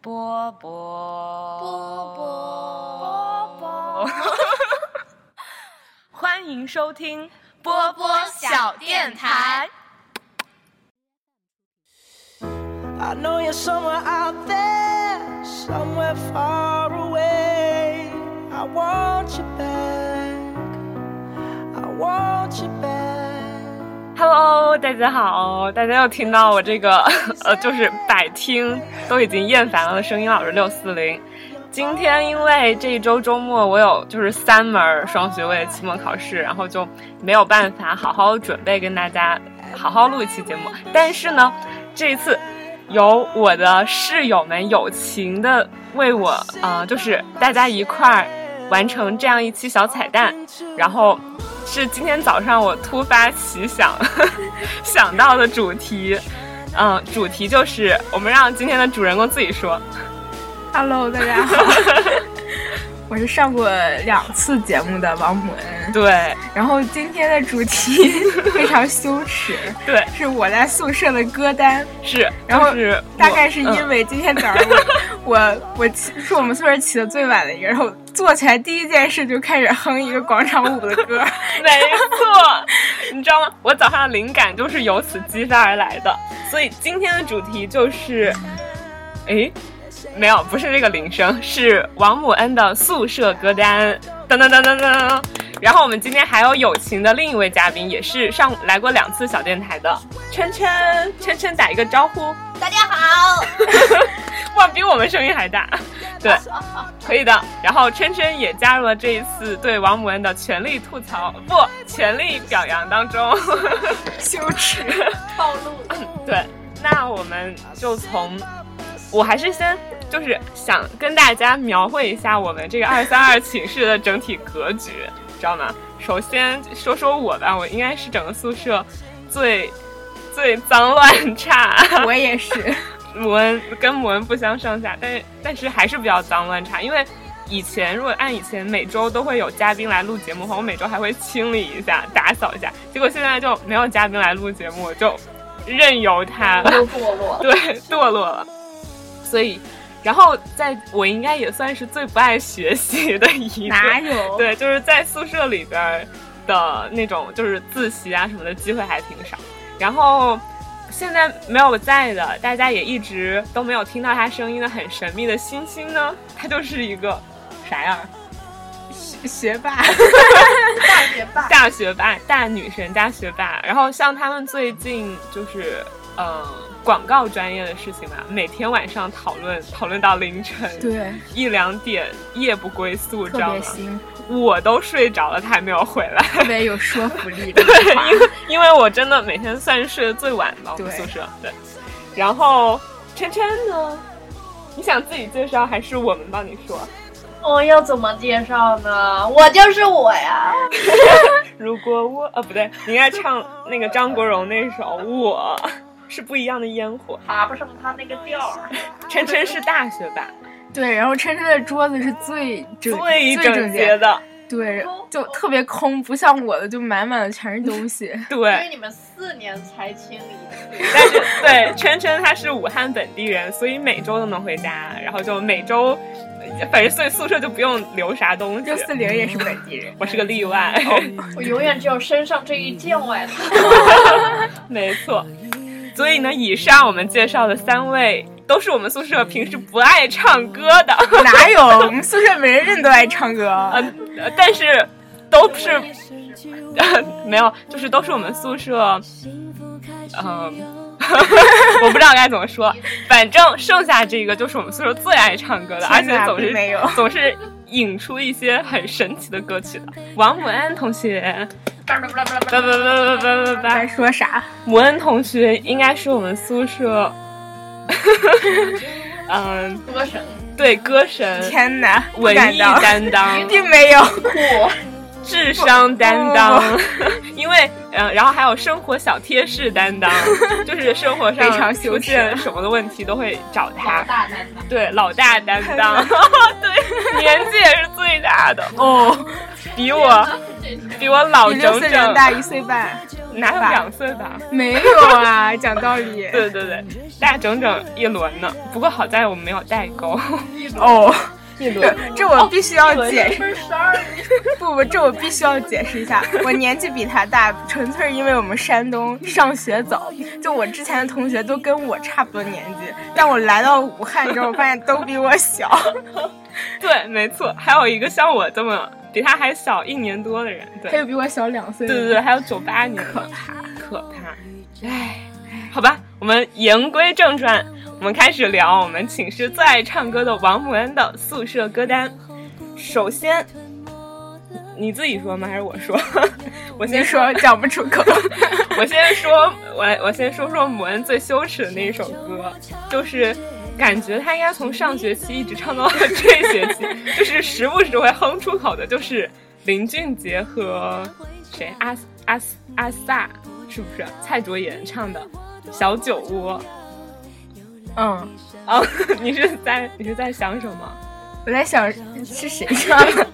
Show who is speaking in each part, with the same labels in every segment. Speaker 1: 波波波
Speaker 2: 波波
Speaker 1: 波， 欢迎收听波波小电台。
Speaker 3: I know you're somewhere out there, somewhere far away. I want you back. I want you back.
Speaker 4: Hello，大家好，大家又听到我这个呃，就是百听都已经厌烦了的声音，老师六四零。今天因为这一周周末我有就是三门双学位的期末考试，然后就没有办法好好准备跟大家好好录一期节目。但是呢，这一次由我的室友们友情的为我啊、呃就是大家一块儿完成这样一期小彩蛋，然后是今天早上我突发奇想 想到的主题，嗯、主题就是我们让今天的主人公自己说，
Speaker 2: Hello，大家好， 我是上过两次节目的王母恩。
Speaker 4: 对
Speaker 2: 然后今天的主题 非常羞耻，
Speaker 4: 对，
Speaker 2: 是我在宿舍的歌单。
Speaker 4: 是，
Speaker 2: 然后
Speaker 4: 就是我
Speaker 2: 大概是因
Speaker 4: 嗯
Speaker 2: 为今天早上 我、我我起是我们宿舍起的最晚的一个，然后坐起来第一件事就开始哼一个广场舞的歌。
Speaker 4: 没错，你知道吗？我早上的灵感就是由此激发而来的，所以今天的主题就是，诶，没有，不是这个铃声，是王母恩的宿舍歌单，噔噔噔噔噔。然后我们今天还有友情的另一位嘉宾，也是上来过两次小电台的琛琛，琛琛打一个招呼。
Speaker 5: 大家好，
Speaker 4: 哇，比我们声音还大， 对，可以的。然后琛琛也加入了这一次对王母恩的全力吐槽，不，全力表扬当中。 嗯
Speaker 2: 羞耻，
Speaker 5: 暴露了。
Speaker 4: 对，那我们就从，我还是先就是想跟大家描绘一下我们这个二三二寝室的整体格局，知道吗？首先说说我吧，我应该是整个宿舍最最脏乱差。
Speaker 2: 我也是。
Speaker 4: 母恩跟母恩不相上下，但是但是还是比较脏乱差，因为以前如果按以前每周都会有嘉宾来录节目的话，我每周还会清理一下、打扫一下，结果现在就没有嘉宾来录节目，我就任由他
Speaker 5: 又堕 落，
Speaker 4: 对堕落了，所以。然后在，我应该也算是最不爱学习的一个，
Speaker 2: 哪 有？
Speaker 4: 对，就是在宿舍里边儿的呃那种，就是自习啊什么的机会还挺少。然后现在没有在的，大家也一直都没有听到他声音的很神秘的星星呢，他就是一个啥样儿？
Speaker 2: 学霸，
Speaker 5: 大学霸，
Speaker 4: 大学霸、大女神、大学霸。然后像他们最近就是嗯、呃广告专业的事情嘛，每天晚上讨论讨论到凌晨
Speaker 2: 对，
Speaker 4: 一两点，夜不归宿，知
Speaker 2: 特
Speaker 4: 道
Speaker 2: 别
Speaker 4: 吗？
Speaker 2: 辛苦，
Speaker 4: 我都睡着了，他还没有回来。
Speaker 2: 特别有说服力的话。
Speaker 4: 因为因为我真的每天算是睡得最晚吧，我们
Speaker 2: 对
Speaker 4: 宿舍对。然后琛琛呢？你想自己介绍还是我们帮你说？
Speaker 5: 我要怎么介绍呢？我就是我呀，
Speaker 4: 如果我呃、不对，你应该唱那个张国荣那首《我是不一样的烟火
Speaker 5: 爬不上他那个调儿。》。
Speaker 4: 琛琛是大学霸，
Speaker 2: 对，然后琛琛的桌子是最整
Speaker 4: 最整
Speaker 2: 整
Speaker 4: 洁
Speaker 2: 洁，
Speaker 4: 的，
Speaker 2: 对，就特别空，不像我的就满满的全是东 西。
Speaker 5: 因为
Speaker 4: 对。
Speaker 5: 你们四年才清理一次，
Speaker 4: 但是对琛琛他是武汉本地人，所以每周都能回家，然后就每周，反正所以宿舍就不用留啥东西
Speaker 2: 六。四零也是本地人，
Speaker 4: 我是个例外。
Speaker 5: 我永远只有身上这一件外 套。
Speaker 4: 没错。所以呢，以上我们介绍的三位都是我们宿舍平时不爱唱歌的，
Speaker 2: 哪有？我们宿舍每个人都爱唱歌，
Speaker 4: 嗯，呃但是都是呃
Speaker 5: 我也是
Speaker 4: 没有，就是都是我们宿舍，嗯， 我不知道该怎么说，反正剩下这个就是我们宿舍最爱唱歌的，而
Speaker 2: 天
Speaker 4: 且
Speaker 2: 哪
Speaker 4: 总是
Speaker 2: 并没有
Speaker 4: 总是引出一些很神奇的歌曲的。王母安同 学，
Speaker 5: 叭叭叭叭
Speaker 4: 叭叭
Speaker 5: 叭
Speaker 4: 叭叭叭叭叭
Speaker 2: 该，说啥？
Speaker 4: 母恩同学应该是我们宿舍， 嗯，
Speaker 5: 歌神，
Speaker 4: 对，歌神、
Speaker 2: 天哪，不
Speaker 4: 文
Speaker 2: 敢
Speaker 4: 艺
Speaker 2: 当，
Speaker 4: 担当、
Speaker 2: 并没有。
Speaker 4: 智商担当，
Speaker 2: 哦
Speaker 4: 因为嗯、呃然后还有生活小贴士担当，就是生活
Speaker 2: 非
Speaker 4: 上
Speaker 2: 常
Speaker 4: 出
Speaker 2: 羞耻
Speaker 4: 现什么的问题都会找他
Speaker 5: 老。大难当。
Speaker 4: 对，老大担 当，对，年纪也是最大的哦，比我
Speaker 5: 这是
Speaker 4: 比我老
Speaker 2: 比六
Speaker 4: 整
Speaker 2: 四
Speaker 4: 整
Speaker 2: 零大一岁半，
Speaker 4: 哪有两岁吧？
Speaker 2: 没有啊，讲道理
Speaker 4: 对对对，大整整一轮呢。不过好在我们没有代沟，
Speaker 2: 哦。
Speaker 4: 一轮
Speaker 2: 这这我必须要解释，
Speaker 5: 分十二，
Speaker 2: 不不，这我必须要解释一下。我年纪比他大，纯粹是因为我们山东上学早，就我之前的同学都跟我差不多年纪，但我来到武汉之后，发现都比我小。
Speaker 4: 对，没错。还有一个像我这么比他还小一年多的人，对
Speaker 2: 还有比我小两岁。
Speaker 4: 对对对，还有九八年，可怕可怕。唉，好吧，我们言归正传，我们开始聊我们寝室最爱唱歌的王母恩的宿舍歌单。首先，你自己说吗？还是我说？ 我
Speaker 2: 你
Speaker 4: 先
Speaker 2: 说讲不出口，
Speaker 4: 我先说，我我先说说母恩最羞耻的那一首歌，就是感觉他应该从上学期一直唱到了这学期，就是时不时会哼出口的，就是林俊杰和谁阿阿阿萨是不是蔡卓妍唱的《小酒窝
Speaker 2: 嗯，》
Speaker 4: 啊？ 你是在你是在想什么？
Speaker 2: 我在想是谁唱的。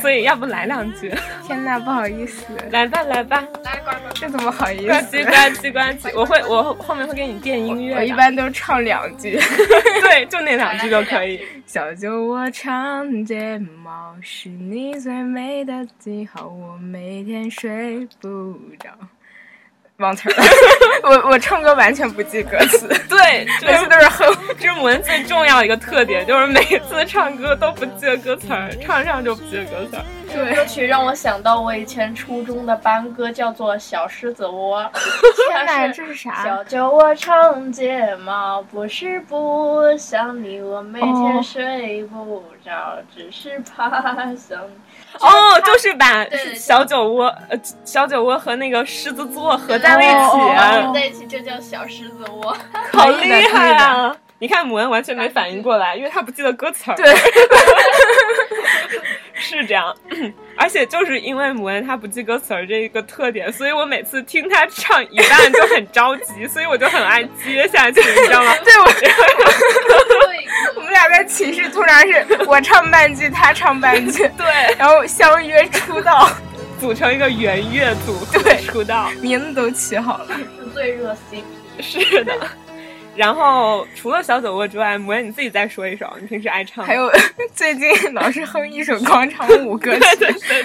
Speaker 4: 所以要不来两句？
Speaker 2: 天呐，不好意思，
Speaker 4: 来吧来吧，
Speaker 2: 这怎么好意
Speaker 4: 呱
Speaker 2: 思
Speaker 4: 唧？呱唧呱唧，我会我后后面会给你垫音乐的。
Speaker 2: 我一般都唱两句。
Speaker 4: 对，就那两句就可以。
Speaker 2: 小酒窝长睫毛是你最美的记号，我每天睡不着。忘词儿了， 我我唱歌完全不记歌 词，
Speaker 4: 对，
Speaker 2: 每
Speaker 4: 这
Speaker 2: 次都是哼。
Speaker 4: 这是文最重要的一个特点，就是每次唱歌都不记得歌词儿，唱上就不记得歌词儿。
Speaker 5: 这首歌曲让我想到我以前初中的班歌，叫做《小狮子窝》。
Speaker 2: 天哪，
Speaker 5: 它
Speaker 2: 这
Speaker 5: 是
Speaker 2: 是啥？
Speaker 5: 小酒窝长睫毛，不是不想你，我每
Speaker 2: 哦
Speaker 5: 天睡不着，只是怕想你。
Speaker 4: 哦，就是把
Speaker 5: 对对
Speaker 4: 小酒窝、呃小酒窝和那个狮子座合在了
Speaker 2: 哦
Speaker 4: 一
Speaker 5: 合
Speaker 2: 哦
Speaker 4: 起，
Speaker 5: 在一起就叫小狮子窝。
Speaker 4: 好
Speaker 2: 可以的
Speaker 4: 厉害
Speaker 2: 可
Speaker 4: 啊！你看母恩完全没反应过来，因为他不记得歌词儿。
Speaker 2: 对，
Speaker 4: 是这样。 而且就是因为母恩他不记歌词儿这一个特点，所以我每次听他唱一半就很着急，所以我就很爱接下去，你知道 吗？
Speaker 2: 对，我
Speaker 5: 对，
Speaker 2: 我们俩在寝室通常是我唱半句，他唱半句，
Speaker 4: 对，
Speaker 2: 然后相约出道，
Speaker 4: 组成一个圆乐组合
Speaker 2: 对
Speaker 4: 出道。
Speaker 2: 名字都起好了。
Speaker 5: 是最热 CP。
Speaker 4: 是的。然后除了小酒窝之外，母恩你自己再说一首，你平时爱唱的。
Speaker 2: 还有 最近老是哼一首广场舞歌曲，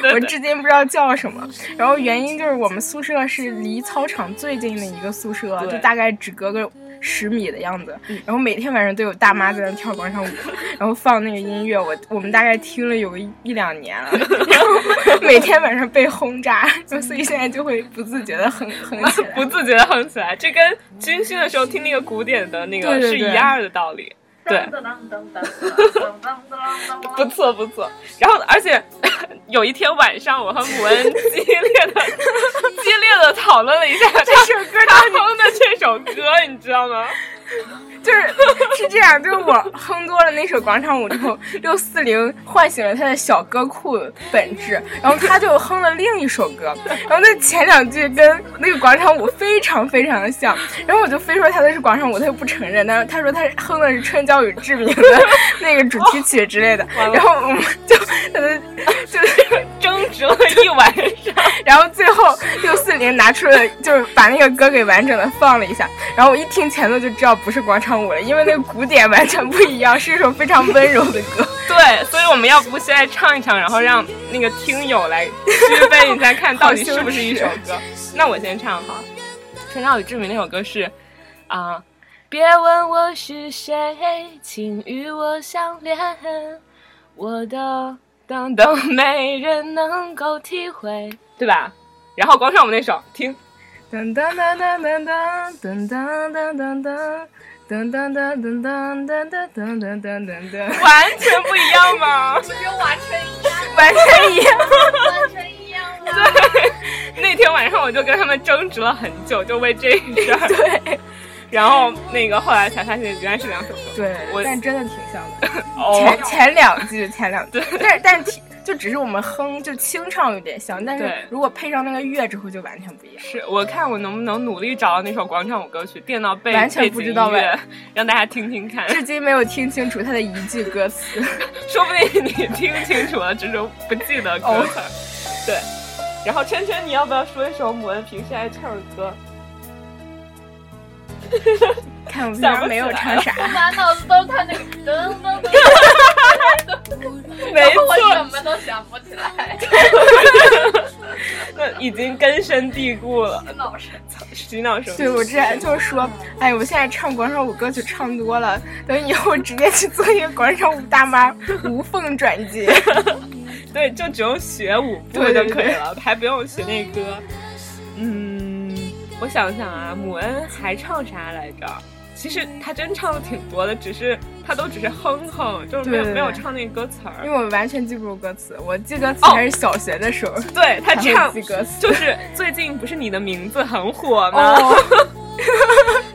Speaker 2: 我至今不知道叫什么。然后原因就是我们宿舍是离操场最近的一个宿舍，
Speaker 4: 对
Speaker 2: 就大概只隔个十米的样子。然后每天晚上都有大妈在那跳广场舞，然后放那个音乐，我我们大概听了有个一一两年了，然后每天晚上被轰炸，就所以现在就会不自觉的哼哼起来。
Speaker 4: 不自觉的哼起来，这跟军训的时候听那个古典的那个
Speaker 2: 对对
Speaker 4: 是一
Speaker 2: 对
Speaker 4: 样的道理。对
Speaker 5: 噔噔噔噔噔噔噔
Speaker 4: 不
Speaker 5: 噔
Speaker 4: 错不错。然后而且 有一天晚上，我和母恩激烈 的激烈的讨论了一下这首歌，他哼的这首歌，你知道吗？
Speaker 2: 就是是这样，就是我哼多了那首广场舞之后，六四零唤醒了他的小歌库本质，然后他就哼了另一首歌，然后那前两句跟那个广场舞非常非常的像，然后我就非说他的是广场舞，他又不承认，但是他说他哼的是《春娇与志明》的那个主题曲之类的，
Speaker 4: 完了
Speaker 2: 然后我们就他就就是。
Speaker 4: 争执了一晚上。
Speaker 2: 然后最后六四零拿出了，就是把那个歌给完整的放了一下。然后我一听前奏就知道不是广场舞了，因为那个鼓点完全不一样，是一首非常温柔的歌。
Speaker 4: 对，所以我们要不现在唱一唱，然后让那个听友来区分一下，看到底是不是一首歌。那我先唱哈，《春娇与志明》那首歌是啊、别问我是谁，请与我相恋，我的等等没人能够体会，对吧？然后广场舞那首，听，
Speaker 2: 噔噔噔噔噔噔噔噔噔噔噔。噔噔噔噔噔噔噔噔噔噔噔噔，
Speaker 4: 完全不一样嘛。
Speaker 2: 完全一样。
Speaker 5: 完全一样啊！
Speaker 4: 那天晚上我就跟他们争执了很久，就为这一事 儿。对。然后那个后来才发现原来是两首歌。
Speaker 2: 对
Speaker 4: 我，
Speaker 2: 但真的挺像的。
Speaker 4: 哦
Speaker 2: 前，前两句，前两句，但是但是就只是我们哼，就清唱有点像，但是
Speaker 4: 对
Speaker 2: 如果配上那个乐之后就完全不一样。
Speaker 4: 是我看我能不能努力找到那首广场舞歌曲，电脑背
Speaker 2: 完全
Speaker 4: 背景
Speaker 2: 不知道
Speaker 4: 音乐
Speaker 2: 哎
Speaker 4: 让大家听听 看，
Speaker 2: 至今没有听清楚他的一句歌词。哦
Speaker 4: 说不定你听清楚了，只是不记得歌词儿。对。然后琛琛，你要不要说一首母恩平时爱唱的 歌？
Speaker 2: 看我平常没有唱啥，
Speaker 5: 我满脑子都是他那个噔噔噔，
Speaker 4: 没
Speaker 5: 我什
Speaker 4: 错，
Speaker 5: 么都想不起来。
Speaker 4: 那已经根深蒂固了。
Speaker 5: 老师，
Speaker 4: 洗脑什么？
Speaker 2: 对我之前就说，哎，我现在唱广场舞歌曲唱多了，等以后直接去做一个广场舞大妈，无缝转接。
Speaker 4: 对，就只用学舞步
Speaker 2: 对
Speaker 4: 就
Speaker 2: 对
Speaker 4: 可以
Speaker 2: 对
Speaker 4: 了，还不用学那歌。嗯，我想想啊，母恩还唱啥来着？其实他真唱的挺多的，只是他都只是哼哼，就是没有
Speaker 2: 对对对
Speaker 4: 没有唱那歌词儿
Speaker 2: 因。为我完全记不住歌词，我记歌词
Speaker 4: 哦
Speaker 2: 还是小学的时候。
Speaker 4: 对他
Speaker 2: 还
Speaker 4: 唱
Speaker 2: 会记歌词
Speaker 4: 就是最近不是你的名字很火吗？
Speaker 2: 哦，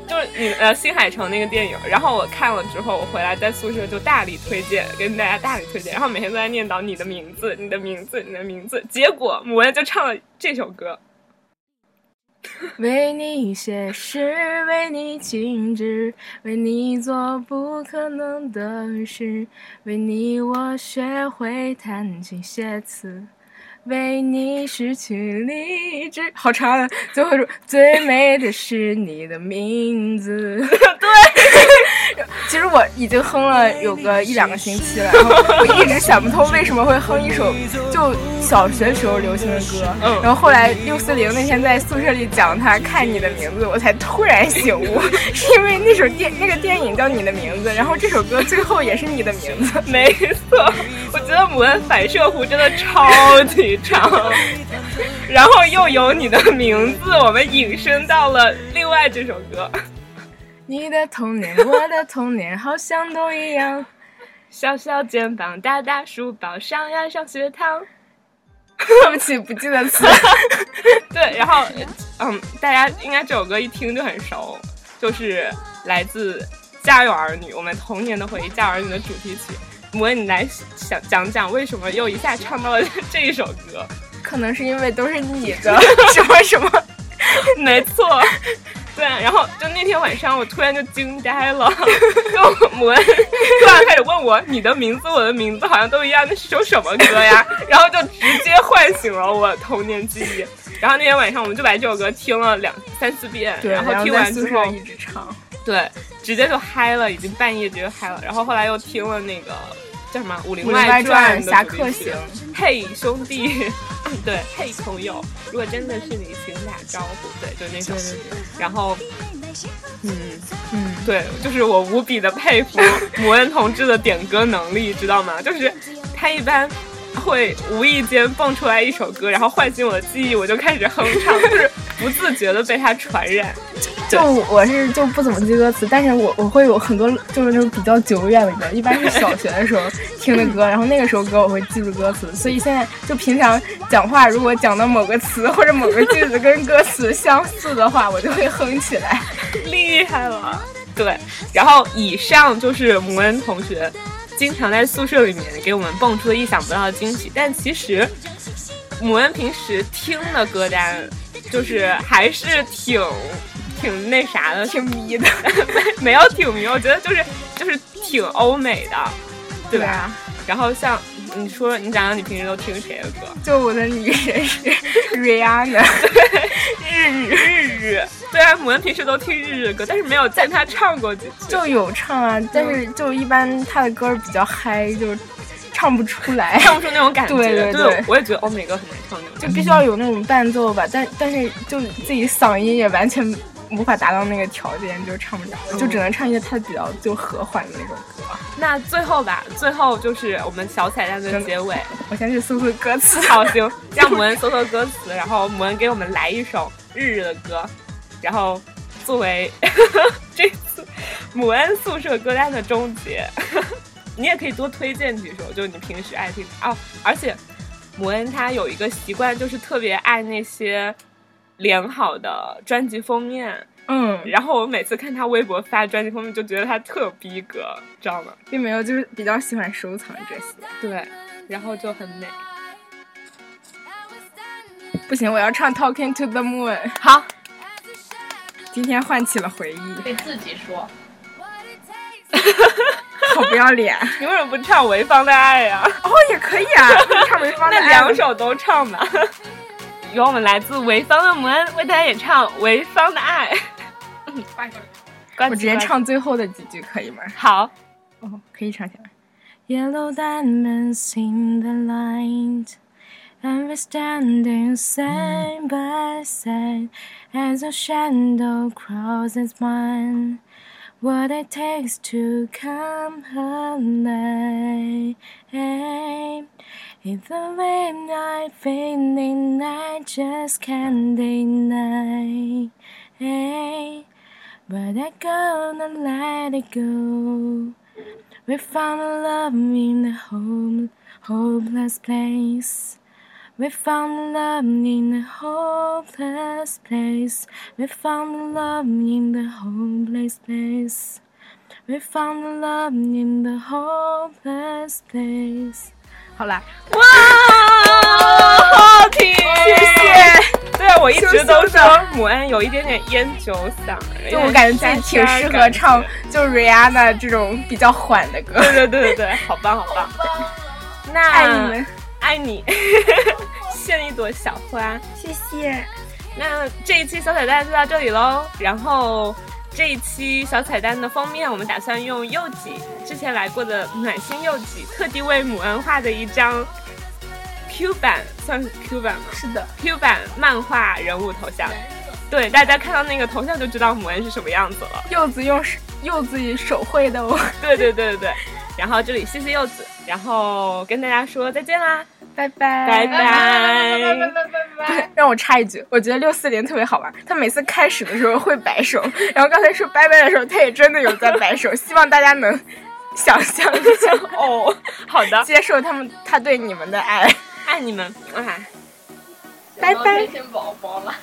Speaker 4: 就是你呃新海诚那个电影，然后我看了之后，我回来在宿舍就大力推荐，跟大家大力推荐，然后每天都在念叨你的名字，你的名字，你的名字。结果母恩就唱了这首歌，
Speaker 2: 为你写诗，为你静止，为你做不可能的事，为你我学会弹琴写词，为你失去理智。好长啊！最后说最美的是你的名字。对， 其实我已经哼了有个一两个星期了，然后我一直想不通为什么会哼一首就小学时候流行的歌。
Speaker 4: 嗯
Speaker 2: 然后后来六四零那天在宿舍里讲他看你的名字，我才突然醒悟， 是因为那首电那个电影叫你的名字，然后这首歌最后也是你的名字。
Speaker 4: 没错，我觉得母恩反射弧真的超级长，然后又有你的名字，我们引申到了另外这首歌《
Speaker 2: 你的童年，我的童年，好像都一样。
Speaker 4: 小小肩膀，大大书包，上呀上学堂》。
Speaker 2: 对不起，不记得词。
Speaker 4: 对，然后嗯，大家应该这首歌一听就很熟，就是来自《家有儿女》，我们童年的回忆《家有儿女》的主题曲。母恩，你来想讲讲为什么又一下唱到了这一首歌？
Speaker 2: 可能是因为都是你的 什么什么。
Speaker 4: 没错，对。啊然后就那天晚上，我突然就惊呆了，就母恩突然开始问我你的名字，我的名字好像都一样，那是首什么歌呀？然后就直接唤醒了我童年记忆。然后那天晚上，我们就把这首歌听了两三四遍，然后听完之后，
Speaker 2: 一直唱。
Speaker 4: 对，直接就嗨了，已经半夜直接嗨了。然后后来又听了那个叫什么《武林
Speaker 2: 武林外
Speaker 4: 传》
Speaker 2: 传
Speaker 4: 的
Speaker 2: 侠
Speaker 4: 主题
Speaker 2: 客
Speaker 4: 曲
Speaker 2: 行，
Speaker 4: 嘿兄弟， 嗯对，嘿朋友，如果真的是你，请打招呼，对，就那首
Speaker 2: 对对
Speaker 4: 歌。然后，嗯，
Speaker 2: 嗯，
Speaker 4: 对，就是我无比的佩服母恩同志的点歌能力，知道吗？就是他一般。会无意间蹦出来一首歌，然后唤醒我的记忆，我就开始哼唱，就是不自觉的被他传染。
Speaker 2: 就我是就不怎么记歌词，但是我我会有很多就是那种比较久远的歌，一般是小学的时候听的歌，然后那个时候歌我会记住歌词，所以现在就平常讲话，如果讲到某个词或者某个句子跟歌词相似的话，我就会哼起来。
Speaker 4: 厉害了。对，然后以上就是母恩同学经常在宿舍里面给我们蹦出的意想不到的惊喜。但其实，母恩平时听的歌单，就是还是挺挺那啥的，
Speaker 2: 挺迷的，
Speaker 4: 没有挺迷，我觉得就是就是挺欧美的，对吧？
Speaker 2: 啊，
Speaker 4: 然后像你说，你讲讲你平时都听谁的歌？
Speaker 2: 就我的女神是 Rihanna，日语。
Speaker 4: 日日，虽然母恩平时都听日日的歌，但是没有见他唱过几句。
Speaker 2: 就有唱啊，但是就一般他的歌儿比较嗨，就是唱不出来，
Speaker 4: 唱不出那种感觉。
Speaker 2: 对对对
Speaker 4: 我也觉得欧美歌很难唱那种
Speaker 2: 就
Speaker 4: 感觉。
Speaker 2: 必须要有那种伴奏吧。但但是就自己嗓音也完全无法达到那个条件，就唱不了，就只能唱一些他比较就和缓的那种歌。
Speaker 4: 那最后吧，最后就是我们小彩蛋的
Speaker 2: 嗯
Speaker 4: 结尾。
Speaker 2: 我先去搜搜歌词。啊
Speaker 4: 好，行，让我们搜搜歌词，然后我们给我们来一首日日的歌，然后作为 这次母恩宿舍歌单的终结。 你也可以多推荐几首，就是你平时爱听的哦。而且母恩她有一个习惯，就是特别爱那些良好的专辑封面。
Speaker 2: 嗯，
Speaker 4: 然后我每次看他微博发专辑封面，就觉得他特有逼格，知道吗？
Speaker 2: 并没有，就是比较喜欢收藏这些。
Speaker 4: 对，然后就很美。
Speaker 2: 不行，我要唱《Talking to the Moon》。
Speaker 4: 好，
Speaker 2: 今天唤起了回忆，
Speaker 5: 得自己说。
Speaker 2: 好不要脸。
Speaker 4: 你为什么不唱《 潍坊的爱》呀？
Speaker 2: 哦，也可以啊，唱潍坊的
Speaker 4: 那
Speaker 2: 爱
Speaker 4: 两首都唱吧。由我们来自潍坊的母恩为大家演唱《潍坊的爱》。 关
Speaker 2: 嗯我直
Speaker 4: 机
Speaker 2: 接
Speaker 4: 关机
Speaker 2: 唱最后的几句可以吗？
Speaker 4: 好。
Speaker 2: 哦，可以唱起来。Yellow diamonds in the light, and we're standing side by side as a shadow crosses mine. What it takes to come alive. It's the way I feeling I just can't deny. But I gonna let it go. We found love in a home, hopeless place. We found love in a hopeless place. We found love in the hopeless place. We found love in the hopeless place. 好啦，
Speaker 4: 哇，好听！谢
Speaker 2: 谢。
Speaker 4: 对，啊我一直都说母恩有一点点烟酒嗓，
Speaker 2: 就我感觉自己挺适合唱就 Rihanna 这种比较缓的歌。
Speaker 4: 对对对对对，好棒好棒！那
Speaker 2: 爱你们，
Speaker 4: 爱你， 献一朵小花。
Speaker 2: 谢谢。
Speaker 4: 那这一期小彩蛋就到这里喽。然后这一期小彩蛋的封面，我们打算用柚己之前来过的暖心柚己，特地为母恩画的一张 Q 版，算是 Q 版吗？
Speaker 2: 是的，
Speaker 4: Q 版漫画人物头像。对，大家看到那个头像就知道母恩是什么样子了。
Speaker 2: 柚子用手柚子手绘的哦我，
Speaker 4: 对对对对对。然后这里谢谢柚子，然后跟大家说再见啦，
Speaker 2: 拜拜
Speaker 4: 拜
Speaker 5: 拜拜
Speaker 4: 拜。
Speaker 5: 拜拜拜拜。
Speaker 2: 让我插一句，我觉得六四零特别好玩。他每次开始的时候会摆手，然后刚才说拜拜的时候，他也真的有在摆手。希望大家能想象一下，
Speaker 4: 哦，好的，
Speaker 2: 接受他们他对你们的爱。
Speaker 4: 爱你们，啊。
Speaker 2: 拜拜
Speaker 5: 天宝宝了。